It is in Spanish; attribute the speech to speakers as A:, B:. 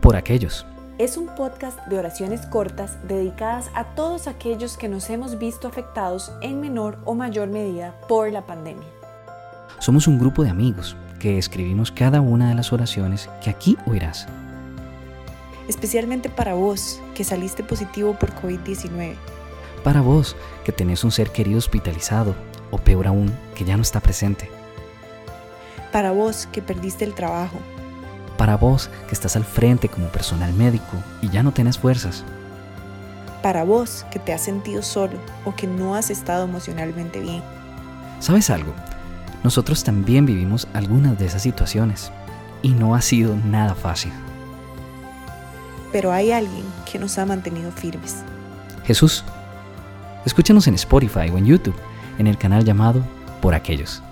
A: por aquellos.
B: Es un podcast de oraciones cortas dedicadas a todos aquellos que nos hemos visto afectados en menor o mayor medida por la pandemia.
A: Somos un grupo de amigos que escribimos cada una de las oraciones que aquí oirás.
B: Especialmente para vos, que saliste positivo por COVID-19.
A: Para vos, que tenés un ser querido hospitalizado, o peor aún, que ya no está presente.
B: Para vos, que perdiste el trabajo.
A: Para vos, que estás al frente como personal médico y ya no tenés fuerzas.
B: Para vos, que te has sentido solo o que no has estado emocionalmente bien.
A: ¿Sabes algo? Nosotros también vivimos algunas de esas situaciones y no ha sido nada fácil.
B: Pero hay alguien que nos ha mantenido firmes.
A: Jesús. Escúchanos en Spotify o en YouTube, en el canal llamado Por Aquellos.